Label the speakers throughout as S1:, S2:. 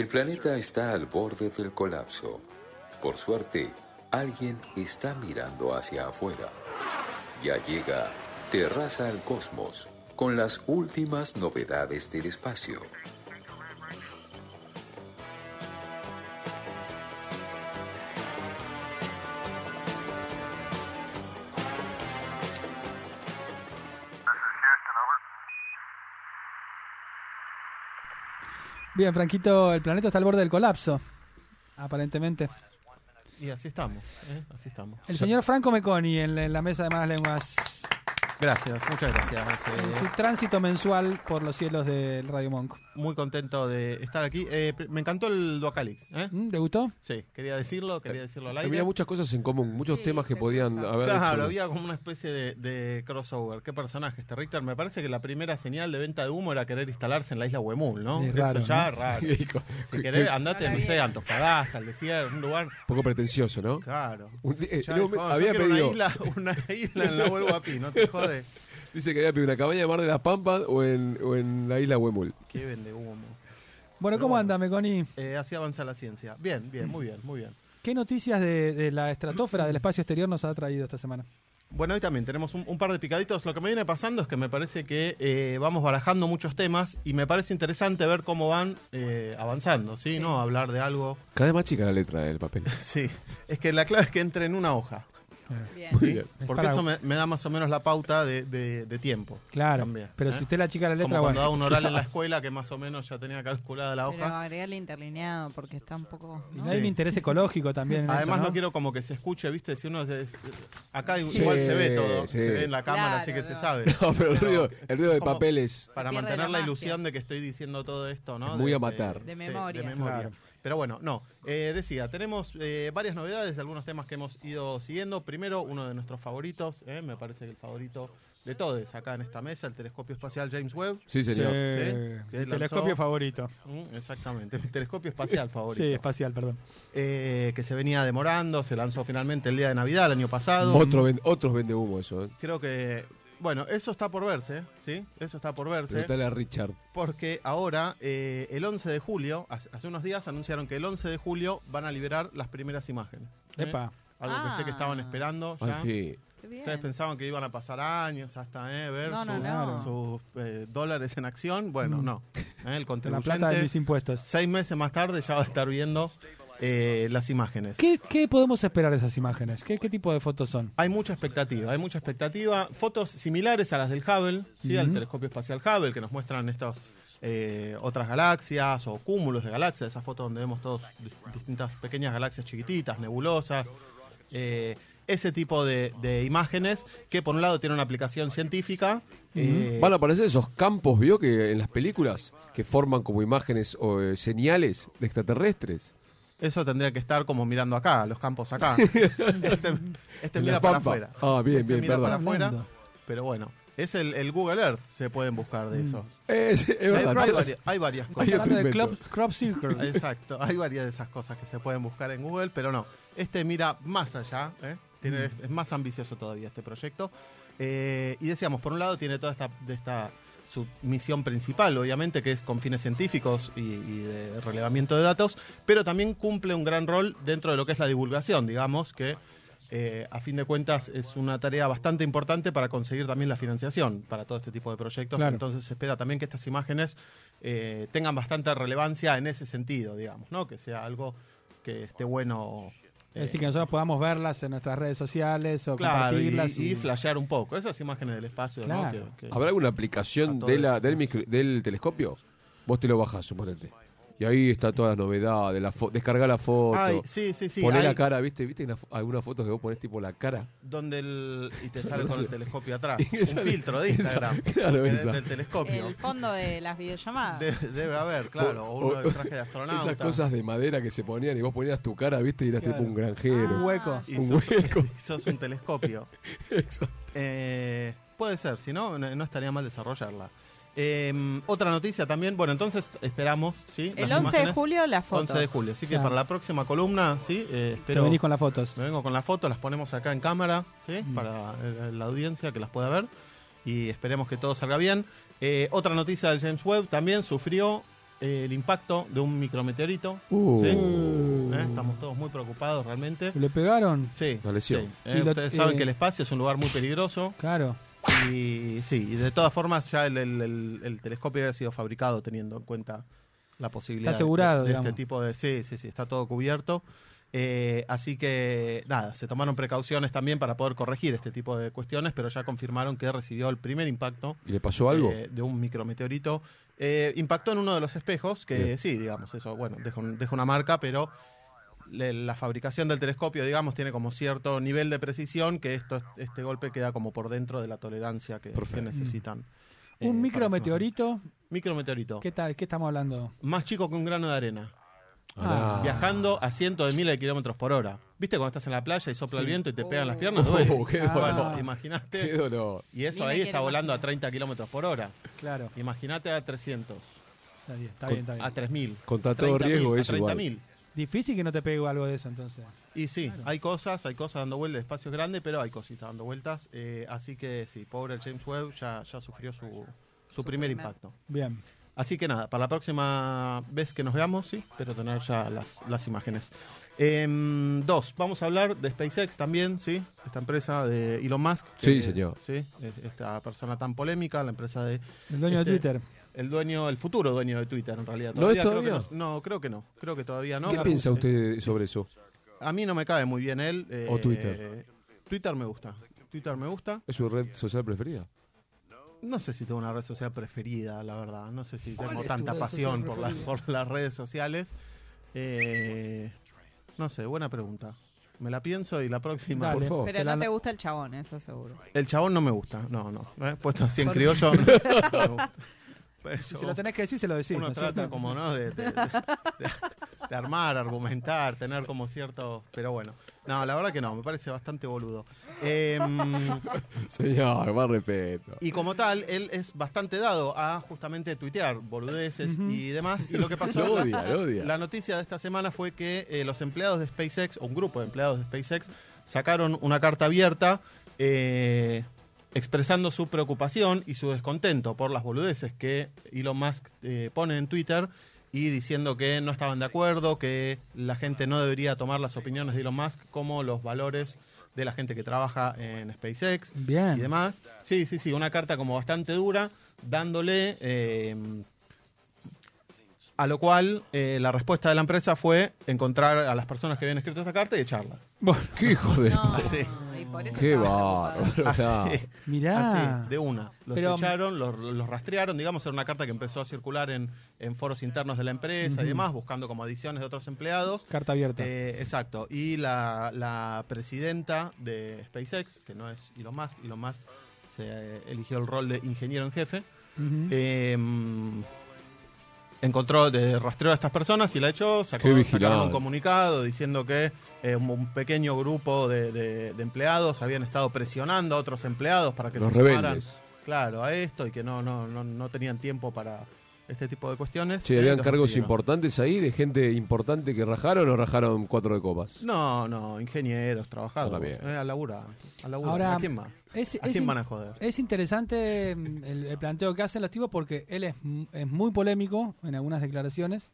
S1: El planeta está al borde del colapso. Por suerte, alguien está mirando hacia afuera. Ya llega Terraza al Cosmos con las últimas novedades del espacio.
S2: Bien, Franquito, el planeta está al borde del colapso, aparentemente.
S3: Y así estamos, ¿eh? así estamos.
S2: El señor Franco Meconi en la- en la mesa de más lenguas,
S3: Gracias, muchas gracias.
S2: en
S3: eh,
S2: su tránsito mensual por los cielos del Radio Monk.
S3: muy contento de estar aquí. Eh, pr- me encantó el Duacalix, ¿eh?
S2: ¿Mm? ¿Te gustó?
S3: Sí, quería decirlo, quería decirlo al aire.
S4: Había muchas cosas en común, muchos
S2: Sí,
S4: temas que
S2: se
S4: podían
S2: cruzan.
S4: haber
S3: Claro,
S4: hecho.
S3: había como una especie de, de crossover. ¿Qué personaje este Richter? Me parece que la primera señal de venta de humo era querer instalarse en la isla Huemul, ¿no?
S2: Es
S3: Eso
S2: raro,
S3: ya
S2: ¿no?
S3: es raro.
S4: Y co-
S3: Si
S4: que-
S3: querés, andate, no sé, a Antofagasta, al desierto, un lugar.
S4: poco pretencioso, ¿no?
S3: Claro.
S4: Un- eh,
S3: Ya,
S4: en un
S3: no,
S4: momento
S3: yo
S4: había
S3: quiero una
S4: pedido,
S3: isla, una isla en la Huelguapi, no te jode.
S4: dice que había pedido una cabaña de Mar de las Pampas o en, o en la isla Huemul.
S3: Qué vende humo.
S2: Bueno,
S3: Pero
S2: ¿cómo
S3: bueno.
S2: anda, Meconi?
S3: Eh, así avanza la ciencia. Bien, bien, muy bien, muy bien.
S2: ¿Qué noticias de, de la estratosfera del espacio exterior nos ha traído esta semana?
S3: Bueno, hoy también tenemos un, un par de picaditos. Lo que me viene pasando es que me parece que eh, vamos barajando muchos temas y me parece interesante ver cómo van eh, avanzando, ¿sí? ¿No? Hablar de algo.
S4: Cada vez más chica la letra del papel.
S3: Sí. Es que la clave es que entre en una hoja.
S5: Bien.
S4: Muy bien.
S3: Porque
S2: Para-
S3: eso me, me da más o menos la pauta de, de- de tiempo.
S2: Claro,
S3: También,
S2: pero
S3: ¿eh?
S2: si usted la chica la
S3: Como
S2: letra, bueno.
S3: cuando daba un oral en la escuela que más o menos ya tenía calculada la
S5: Pero
S3: hoja.
S5: agregarle interlineado porque está un poco.
S2: Y
S5: ¿no?
S2: Hay un
S3: Sí.
S2: interés ecológico también. en
S3: Además
S2: eso,
S3: no quiero como que se escuche, ¿viste? Si uno... es- eh, acá
S4: Sí,
S3: igual se ve todo,
S4: sí.
S3: se ve en la cámara,
S5: Claro,
S3: así que se
S5: no.
S3: sabe.
S4: No, pero el
S3: Pero,
S4: ruido, el ruido del
S3: ¿cómo?
S4: papel es.
S3: Para
S5: pierde
S3: mantener la,
S5: la magia.
S3: ilusión de que estoy diciendo todo esto, ¿no?
S4: Es muy amateur.
S5: De
S3: sí,
S5: memoria.
S2: Claro.
S3: Pero bueno, no. Eh, decía, tenemos eh, varias novedades, algunos temas que hemos ido siguiendo. Primero, uno de nuestros favoritos, eh, me parece que el favorito de todos acá en esta mesa, el telescopio espacial James Webb.
S4: Sí,
S2: Sí,
S4: señor.
S3: Sí,
S2: mi
S3: lanzó-
S2: telescopio favorito.
S3: Mm, exactamente, el telescopio espacial favorito.
S2: Sí, espacial, perdón.
S3: Eh, que se venía demorando, se lanzó finalmente el día de Navidad el año pasado.
S4: Otro ven- otros vende humo eso. ¿eh?
S3: Creo que. Bueno, eso está por verse, ¿sí? Eso está por verse.
S4: Preguntale a Richard.
S3: Porque ahora, eh, el 11 de julio, hace, hace unos días anunciaron que el 11 de julio van a liberar las primeras imágenes. ¿eh?
S2: Epa.
S3: Algo que sé que
S5: Ah.
S3: estaban esperando ya.
S4: Al fin.
S5: Qué bien.
S3: Ustedes pensaban que iban a pasar años hasta eh, ver
S5: No, no,
S3: sus,
S5: no.
S3: sus, eh, dólares en acción. Bueno,
S2: Mm.
S3: no. ¿eh? El
S2: Con la plata de
S3: contribuyente,
S2: mis impuestos.
S3: seis meses más tarde, ya va a estar viendo eh, las imágenes.
S2: ¿Qué, qué podemos esperar de esas imágenes? ¿Qué, qué tipo de fotos son?
S3: Hay mucha expectativa, hay mucha expectativa. Fotos similares a las del Hubble, ¿sí? al
S2: Ujú.
S3: telescopio espacial Hubble, que nos muestran estas eh, otras galaxias o cúmulos de galaxias, esas fotos donde vemos todos dis- distintas pequeñas galaxias chiquititas, nebulosas. eh, ese tipo de, de imágenes que por un lado tiene una aplicación científica. eh,
S4: Van a aparecer esos campos, vio, que en las películas, que forman como imágenes o eh, señales de extraterrestres.
S3: Eso tendría que estar como mirando acá, los campos acá. este este
S4: En
S3: mira
S4: la
S3: para
S4: pampa.
S3: afuera.
S4: Ah, bien,
S3: Este
S4: bien,
S3: mira
S4: perdón.
S3: para afuera.
S2: Hablando.
S3: Pero bueno, es el, el Google Earth, se pueden buscar de eso.
S4: Eh, sí, es
S3: Hay,
S4: verdad,
S3: hay
S4: todas-
S3: vari- hay varias
S4: Hay
S3: cosas.
S4: otro
S2: Hablando de
S4: invento.
S2: Crop, crop Circle.
S3: Exacto, hay varias de esas cosas que se pueden buscar en Google, pero no. Este mira más allá, ¿eh? Tiene- es, es más ambicioso todavía este proyecto. Eh, y decíamos, por un lado tiene toda esta, de esta su misión principal, obviamente, que es con fines científicos y, y de relevamiento de datos, pero también cumple un gran rol dentro de lo que es la divulgación, digamos, que eh, a fin de cuentas es una tarea bastante importante para conseguir también la financiación para todo este tipo de proyectos.
S2: Claro.
S3: Entonces se espera también que estas imágenes eh, tengan bastante relevancia en ese sentido, digamos, ¿no? Que sea algo que esté bueno.
S2: Es
S3: eh,
S2: decir, que nosotros podamos verlas en nuestras redes sociales o
S3: claro, y,
S2: compartirlas.
S3: y flashear un poco. Esas imágenes del espacio, ¿no?
S2: Claro.
S3: Que- que-
S4: ¿Habrá alguna aplicación
S3: A
S4: de la,
S3: todos.
S4: del, micro- del telescopio? Vos te lo bajás, suponete. Y ahí está toda la novedad, de la fo- descargar la foto,
S3: Ay, sí, sí, sí.
S4: poner
S3: hay
S4: la cara, ¿viste? ¿Viste una fo- algunas fotos que vos ponés tipo la cara?
S3: Donde el, y te sale con el telescopio atrás.
S4: Y
S3: Un
S4: sale-
S3: filtro de
S4: esa-
S3: Instagram.
S4: claro,
S3: de-
S4: esa.
S3: Del telescopio.
S5: El fondo de las videollamadas.
S3: De- debe haber, claro. O,
S4: O-
S3: uno
S4: o-
S3: del traje de astronauta.
S4: Esas cosas de madera que se ponían y vos ponías tu cara, ¿viste? Y eras
S2: Claro.
S4: tipo un granjero.
S2: Un hueco.
S3: Y
S4: Un
S3: sos,
S4: hueco.
S3: y sos un telescopio.
S4: Exacto.
S3: Eh, puede ser, si no, no no estaría mal desarrollarla. Eh, otra noticia también, bueno, entonces esperamos, ¿sí?
S5: el
S3: Las
S5: 11 de
S3: imágenes.
S5: julio las fotos.
S3: 11 de julio, así que
S2: Claro.
S3: para la próxima columna, ¿sí? Eh,
S2: Pero
S3: espero,
S2: venís con las fotos.
S3: me vengo con la foto, las ponemos acá en cámara, ¿sí?
S2: Mm.
S3: Para eh, la audiencia que las pueda ver y esperemos que todo salga bien. Eh, otra noticia del James Webb también sufrió eh, el impacto de un micrometeorito.
S4: Uh.
S3: ¿sí? ¿Eh? Estamos todos muy preocupados realmente.
S2: Le pegaron.
S3: Sí,
S4: La lesión.
S3: sí. Eh,
S2: Y lo-
S3: ustedes saben
S2: eh,
S3: que el espacio es un lugar muy peligroso
S2: Claro.
S3: y sí, y de todas formas ya el, el- el- el telescopio había sido fabricado teniendo en cuenta la posibilidad
S2: Está asegurado,
S3: de, de este
S2: digamos.
S3: tipo de... Sí, sí, sí, está todo cubierto. Eh, así que nada, se tomaron precauciones también para poder corregir este tipo de cuestiones, pero ya confirmaron que recibió el primer impacto
S4: ¿Y le pasó algo?
S3: eh, de un micrometeorito. Eh, impactó en uno de los espejos, que
S4: Bien.
S3: sí, digamos, eso, bueno, deja, un- deja una marca, pero le- la fabricación del telescopio, digamos, tiene como cierto nivel de precisión que esto, este golpe queda como por dentro de la tolerancia que, que
S4: Perfecto.
S3: necesitan. eh,
S2: Mm. Un
S3: para
S2: micrometeorito.
S3: esa- Micrometeorito.
S2: ¿Qué tal? ¿Qué estamos hablando?
S3: Más chico que un grano de arena.
S4: Ará.
S3: ah. Viajando a cientos de miles de kilómetros por hora. ¿Viste cuando estás en la playa y sopla el
S2: Sí.
S3: viento y te pegan
S5: Oh.
S3: las piernas?
S4: Oh,
S3: Duele.
S4: qué
S3: bueno,
S2: dolor.
S4: Qué
S3: imagínate.
S4: dolor.
S3: Y eso
S5: Ni me
S3: ahí está
S5: quiero
S3: volando a
S5: imaginar.
S3: 30 kilómetros por hora.
S2: Claro.
S3: Imagínate a 300,
S2: Está bien, está bien, está
S3: a
S2: bien.
S3: 3000.
S4: Contra todo
S3: 30.000,
S4: riesgo
S3: a
S4: es igual.
S3: 30.000.
S2: Difícil que no te pegue algo de eso entonces.
S3: Y sí, hay cosas, hay cosas dando vueltas, espacios grandes, pero hay cositas dando vueltas. eh, así que sí, pobre el James Webb ya, ya sufrió su, su primer
S5: primer.
S3: impacto.
S2: Bien.
S3: Así que nada, para la próxima vez que nos veamos, sí, pero tener ya las, las imágenes. Em, dos, vamos a hablar de SpaceX también, ¿sí? Esta empresa de Elon Musk.
S4: Sí, señor.
S3: Sí, es- esta persona tan polémica, la empresa de...
S2: El dueño
S3: Este,
S2: de Twitter.
S3: El dueño, el futuro dueño de Twitter, en realidad.
S4: ¿No es
S3: creo que
S4: todavía?
S3: no, no, creo que no. Creo que todavía no.
S4: ¿Qué
S3: La-
S4: piensa
S3: eh,
S4: usted sobre eso?
S3: A mí no me cae muy bien él. eh,
S4: O Twitter.
S3: Twitter me gusta. Twitter me gusta.
S4: ¿Es su red social preferida?
S3: No sé si tengo una red social preferida, la verdad. No sé si
S2: ¿Cuál
S3: tengo
S2: es tu
S3: tanta
S2: red
S3: pasión
S2: social
S3: por, las
S2: preferida?
S3: por las redes sociales. Eh, no sé, buena pregunta. Me la pienso y la próxima.
S2: Dale.
S4: Por favor.
S5: Pero
S2: Te la-
S5: no te gusta el chabón, eso seguro.
S3: El chabón no me gusta. No, no. ¿eh? Puesto así en
S5: ¿Por qué?
S3: criollo. no, no me gusta.
S2: Si
S3: Eso-
S2: se lo tenés que decir, se lo decís.
S3: uno
S2: ¿no es
S3: trata
S2: cierto?
S3: como no de, de- de- de- de armar, argumentar, tener como cierto, pero bueno, no, la verdad que no, me parece bastante boludo. Em,
S4: Señor, más respeto.
S3: y como tal, él es bastante dado a justamente tuitear boludeces y demás. Y lo que pasó,
S4: Lo
S3: la-
S4: odia, lo odia.
S3: la noticia de esta semana fue que eh, los empleados de SpaceX, o un grupo de empleados de SpaceX, sacaron una carta abierta eh, expresando su preocupación y su descontento por las boludeces que Elon Musk eh, pone en Twitter y diciendo que no estaban de acuerdo, que la gente no debería tomar las opiniones de Elon Musk como los valores de la gente que trabaja en SpaceX
S2: Bien.
S3: y demás. Sí, sí, sí, una carta como bastante dura, dándole... eh, a lo cual eh, la respuesta de la empresa fue encontrar a las personas que habían escrito esta carta y echarlas.
S4: Bueno, qué hijo de...
S5: No,
S3: sí.
S5: y por eso
S4: Qué
S5: estaba preocupado.
S4: bárbaro.
S3: Así,
S2: Mirá.
S3: así, de una. Los
S2: Pero-
S3: echaron, los, los rastrearon, digamos, era una carta que empezó a circular en, en foros internos de la empresa y demás, buscando como adiciones de otros empleados.
S2: Carta abierta.
S3: Eh, exacto. Y la, la presidenta de SpaceX, que no es Elon Musk, Elon Musk se eh, eligió el rol de ingeniero en jefe,
S2: Ujú.
S3: Eh, mm, encontró, de, rastreó a estas personas y la echó. Sacó,
S4: Qué vigilado.
S3: sacaron un comunicado diciendo que eh, un, un pequeño grupo de, de- de empleados habían estado presionando a otros empleados para que
S4: Los
S3: se sumaran,
S4: rebeldes.
S3: claro, a esto y que no, no, no, no tenían tiempo para este tipo de cuestiones.
S4: Che,
S3: Eh,
S4: ¿habían
S3: los
S4: cargos
S3: despidieron.
S4: importantes ahí de gente importante que rajaron o rajaron cuatro de copas?
S3: No, no, ingenieros, trabajadores.
S4: Está bien.
S3: Eh, a labura, a labura.
S2: Ahora,
S3: ¿A quién más?
S2: Es,
S3: ¿A
S2: es
S3: quién
S2: in-
S3: van a joder?
S2: es interesante mm, el, el planteo que hacen los tipos porque él es, m- es muy polémico en algunas declaraciones.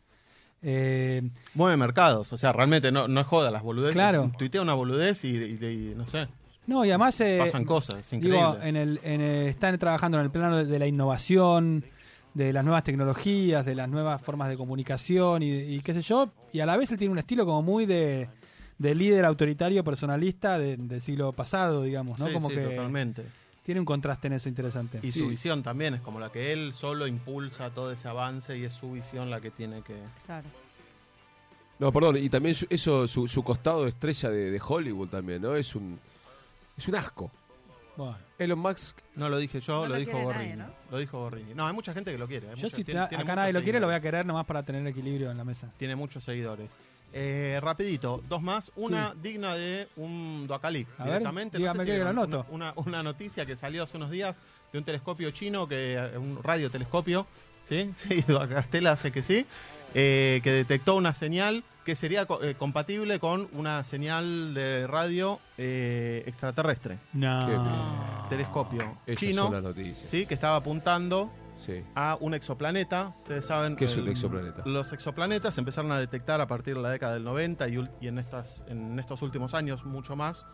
S2: Eh,
S3: Mueve mercados, o sea, realmente no, no es joda las boludeces.
S2: Claro.
S3: Tuitea una boludez y, y- y no sé,
S2: no, y además eh,
S3: pasan cosas, es increíble.
S2: digo, en el, en el- están trabajando en el plano de, de la innovación, de las nuevas tecnologías, de las nuevas formas de comunicación y, y qué sé yo. Y a la vez él tiene un estilo como muy de, de líder autoritario personalista de- del siglo pasado, digamos, ¿no?
S3: Sí,
S2: como
S3: sí,
S2: que
S3: totalmente.
S2: tiene un contraste en eso interesante.
S3: Y
S4: Sí.
S3: su visión también es como la que él solo impulsa todo ese avance y es su visión la que tiene que.
S5: Claro.
S4: No, perdón, y también su, eso, su, su costado de estrella de, de Hollywood también, ¿no? Es un, es un asco.
S2: Bueno.
S4: Elon Musk,
S3: No lo dije yo,
S5: No
S3: lo,
S5: lo
S3: dijo
S5: quiere
S3: Gorrini.
S5: nadie, ¿no?
S3: Lo dijo Gorrini. No, hay mucha gente que lo quiere. hay
S2: Yo
S3: mucha-
S2: si
S3: tiene-
S2: ta-
S3: tiene
S2: acá
S3: muchos
S2: nadie lo quiere, lo voy a
S3: seguidores.
S2: querer nomás para tener equilibrio en la mesa.
S3: Tiene muchos seguidores. Eh, rapidito, dos más. Una digna de un Duacalic
S2: A ver,
S3: directamente.
S2: dígame que
S3: vieron
S2: la anoto.
S3: Una, una noticia que salió hace unos días de un telescopio chino, que eh, un radiotelescopio, ¿sí? Sí, Duacastela hace que sí, eh, que detectó una señal que sería co- eh, compatible con una señal de radio eh, extraterrestre.
S2: No.
S4: Qué bien.
S3: Telescopio
S4: esas
S3: chino,
S4: son las noticias.
S3: ¿sí? Que estaba apuntando
S4: Sí.
S3: a un exoplaneta. Ustedes saben. em,
S4: ¿Qué es un exoplaneta?
S3: Los exoplanetas se empezaron a detectar a partir de la década del 90 y, ul- y en, estas, en estos últimos años mucho más.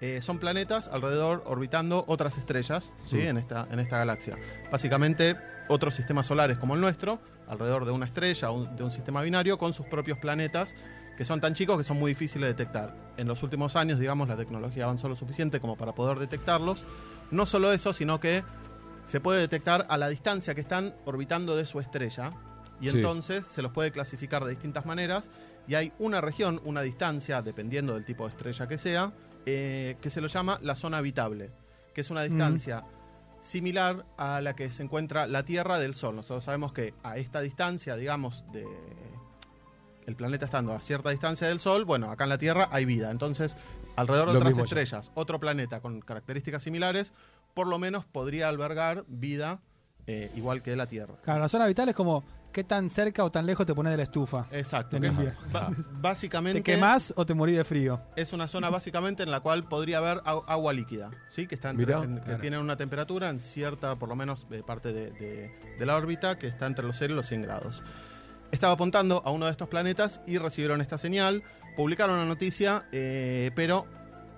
S3: Eh, son planetas alrededor orbitando otras estrellas ¿sí?
S4: Mm.
S3: en, esta, en esta galaxia. Básicamente, otros sistemas solares como el nuestro, alrededor de una estrella, un- de un sistema binario, con sus propios planetas que son tan chicos que son muy difíciles de detectar. En los últimos años, digamos, la tecnología avanzó lo suficiente como para poder detectarlos. No solo eso, sino que se puede detectar a la distancia que están orbitando de su estrella. Y
S4: Sí.
S3: entonces se los puede clasificar de distintas maneras. Y hay una región, una distancia, dependiendo del tipo de estrella que sea, eh, que se lo llama la zona habitable, que es
S4: Mm.
S3: una distancia similar a la que se encuentra la Tierra del Sol. Nosotros sabemos que a esta distancia, digamos, de el planeta estando a cierta distancia del Sol, bueno, acá en la Tierra hay vida. Entonces, alrededor de
S4: Lo
S3: otras
S4: mismo allá.
S3: estrellas, otro planeta con características similares, por lo menos podría albergar vida eh, igual que la Tierra.
S2: Claro, la zona vital es como qué tan cerca o tan lejos te pones de la estufa.
S3: Exacto.
S2: Tenés
S3: que
S2: bien.
S3: ba- básicamente
S2: ¿Te quemás o te morís de frío?
S3: es una zona básicamente en la cual podría haber au- agua líquida, ¿sí? Que, está entre-
S4: Mirá.
S3: en- que
S2: Claro.
S3: tienen una temperatura en cierta, por lo menos, eh, parte de, de- de la órbita que está entre los 0 y los 100 grados. Estaba apuntando a uno de estos planetas y recibieron esta señal, publicaron la noticia, eh, pero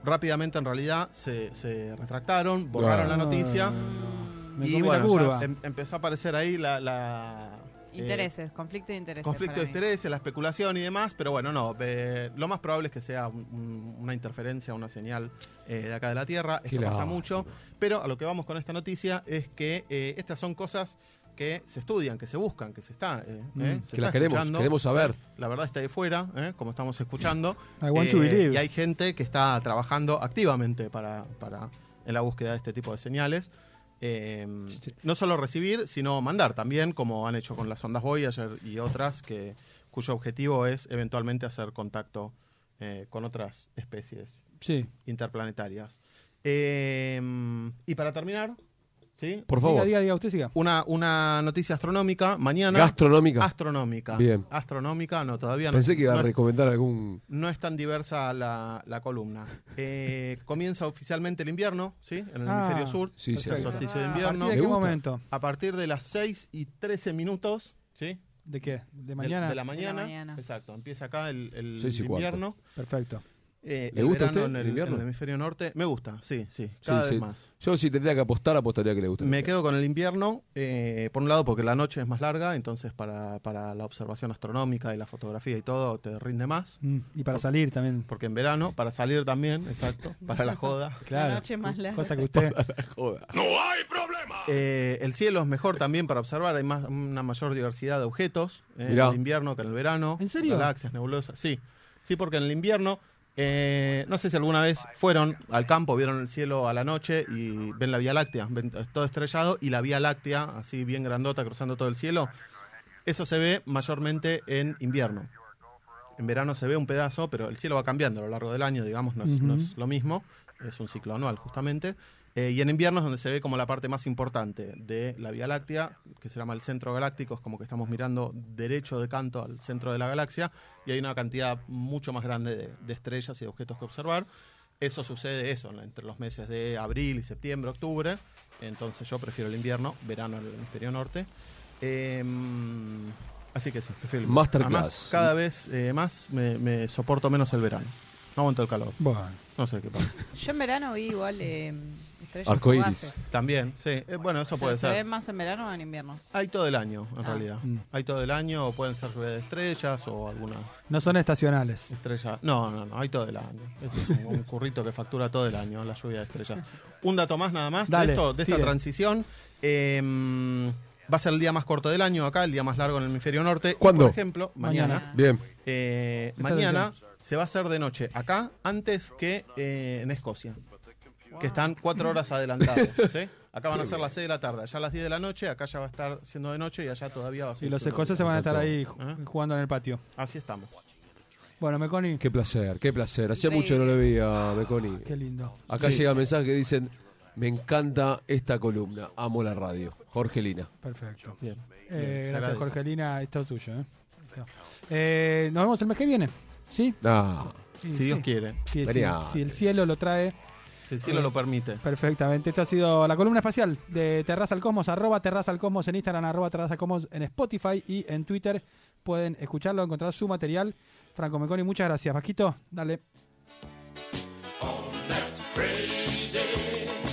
S3: rápidamente en realidad se, se retractaron, borraron la
S4: Ah.
S3: noticia
S2: Me
S3: y
S2: comí la
S3: bueno,
S2: curva.
S3: ya em- empezó a aparecer ahí la... la, eh,
S5: Intereses, conflicto de intereses.
S3: conflicto de
S5: para mí.
S3: intereses, la especulación y demás, pero bueno, no. eh, lo más probable es que sea un- un- una interferencia, una señal eh, de acá de la Tierra. Esto
S4: Qué
S3: pasa
S4: lástima.
S3: mucho. Pero a lo que vamos con esta noticia es que eh, estas son cosas que se estudian, que se buscan, que se está. eh,
S2: Mm.
S3: eh, se
S4: Que las
S3: está
S4: queremos,
S3: escuchando.
S4: queremos saber.
S3: La verdad está ahí fuera, eh, como estamos escuchando.
S2: I want to
S3: Eh,
S2: believe.
S3: y hay gente que está trabajando activamente para, para en la búsqueda de este tipo de señales. Eh, no solo recibir, sino mandar también, como han hecho con las ondas Voyager y otras, que, cuyo objetivo es eventualmente hacer contacto eh, con otras especies
S2: Sí.
S3: interplanetarias. Eh, y para terminar, ¿sí?
S4: Por favor.
S2: Diga, diga, diga, usted siga.
S3: Una, una noticia astronómica. Mañana.
S4: Gastronómica.
S3: Astronómica.
S4: Bien.
S3: Astronómica, no, todavía no.
S4: Pensé que iba
S3: no
S4: a
S3: es-
S4: recomendar algún.
S3: no es tan diversa la, la columna. Eh, comienza oficialmente el invierno, ¿sí? En el
S2: Ah,
S3: hemisferio sur.
S4: sí,
S3: es el
S4: sí.
S3: solsticio de
S5: Ah,
S2: ¿A partir
S3: invierno.
S2: de
S4: Me
S2: qué
S4: gusta.
S2: momento?
S3: A partir de las 6 y 13 minutos, ¿sí?
S2: ¿De qué? ¿De
S3: De-
S2: mañana?
S3: De, la mañana.
S5: mañana.
S3: Exacto, empieza acá el, el
S4: Seis y cuarto.
S3: invierno.
S2: Perfecto.
S3: Eh,
S4: ¿Le
S3: el
S4: gusta a
S3: verano
S4: usted
S3: en
S4: el
S3: el,
S4: invierno?
S3: en el hemisferio norte. Me gusta, sí, sí, cada
S4: Sí,
S3: vez
S4: sí.
S3: más.
S4: Yo, si tendría que apostar, apostaría que le gusta.
S3: Me quedo con el invierno, eh, por un lado porque la noche es más larga, entonces para, para la observación astronómica y la fotografía y todo te rinde más.
S2: Mm, Y para salir también.
S3: Porque en verano, para salir también, exacto, para la joda.
S2: Claro.
S5: noche más larga.
S2: Cosa que usted.
S4: Joda.
S3: Eh, el cielo es mejor también para observar, hay más, una mayor diversidad de objetos eh, en
S4: Mirá.
S3: el invierno que en el verano.
S2: ¿En serio?
S3: Galaxias, nebulosas, sí. Sí, porque en el invierno, eh, no sé si alguna vez fueron al campo, vieron el cielo a la noche y ven la Vía Láctea, ven todo estrellado y la Vía Láctea, así bien grandota, cruzando todo el cielo. Eso se ve mayormente en invierno. En verano se ve un pedazo, pero el cielo va cambiando a lo largo del año, digamos, no es, no es lo mismo, es un ciclo anual justamente. Eh, y en invierno es donde se ve como la parte más importante de la Vía Láctea, que se llama el centro galáctico, es como que estamos mirando derecho de canto al centro de la galaxia, y hay una cantidad mucho más grande de, de estrellas y de objetos que observar. Eso sucede eso, ¿no? entre los meses de abril y septiembre, octubre. Entonces yo prefiero el invierno, verano en el hemisferio norte. Em, así que sí, prefiero el invierno.
S4: Masterclass.
S3: Además, cada vez eh, más me, me soporto menos el verano. No aguanto el calor.
S2: Bueno.
S3: No sé qué pasa.
S5: Yo en verano vi igual eh, estrellas
S4: Arcoíris.
S5: fugaces.
S3: También, sí. Eh, bueno, eso
S5: Pero
S3: puede
S5: se ve
S3: ser.
S5: más en verano o en invierno.
S3: Hay todo el año, en
S5: Ah.
S3: realidad.
S2: Mm.
S3: Hay todo el año, o pueden ser de estrellas o alguna
S2: No son estacionales.
S3: estrella. No, no, no, hay todo el año. Ese es un, un currito que factura todo el año, la lluvia de estrellas. Un dato más nada más
S2: Dale,
S3: de, esto, de esta
S2: tire.
S3: transición. Eh, va a ser el día más corto del año acá, el día más largo en el hemisferio norte. Y,
S4: ¿Cuándo?
S3: Por ejemplo, mañana.
S5: Mañana.
S4: Bien.
S3: Eh,
S2: Presta
S3: mañana se va a hacer de noche acá antes que eh, en Escocia, que están cuatro horas adelantados. ¿sí? Acá van a ser las seis de la tarde, allá a las 10 de la noche, acá ya va a estar siendo de noche y allá todavía va a ser.
S2: Y los
S3: siendo
S2: escoceses
S3: de
S2: van a estar
S4: Todo.
S2: ahí ju-
S3: ¿Eh?
S2: jugando en el patio.
S3: día. Así estamos.
S2: Bueno, Meconi,
S4: Qué placer, qué placer. Hacía mucho que no lo veía, Beconi.
S2: qué lindo.
S4: Acá
S3: Ah, Sí.
S4: llega un mensaje que dicen: Me encanta esta columna, amo la radio. Jorgelina.
S2: Perfecto.
S3: Bien.
S2: Eh,
S3: Bien, se
S2: gracias,
S3: agradece.
S2: Jorgelina. Esto es tuyo. ¿eh? Eh, nos vemos el mes que viene. ¿Sí?
S4: Ah,
S2: Sí,
S3: Si Dios
S2: sí.
S3: quiere.
S2: Si el-
S4: María.
S2: si el cielo lo trae.
S3: Sí. si el cielo lo permite.
S2: Perfectamente. Esto ha sido la columna espacial de Terraza al Cosmos, arroba Terraza al Cosmos en Instagram, arroba Terraza al Cosmos en Spotify y en Twitter. Pueden escucharlo, encontrar su material. Franco Meconi, muchas gracias. Vasquito, dale.
S6: crazy.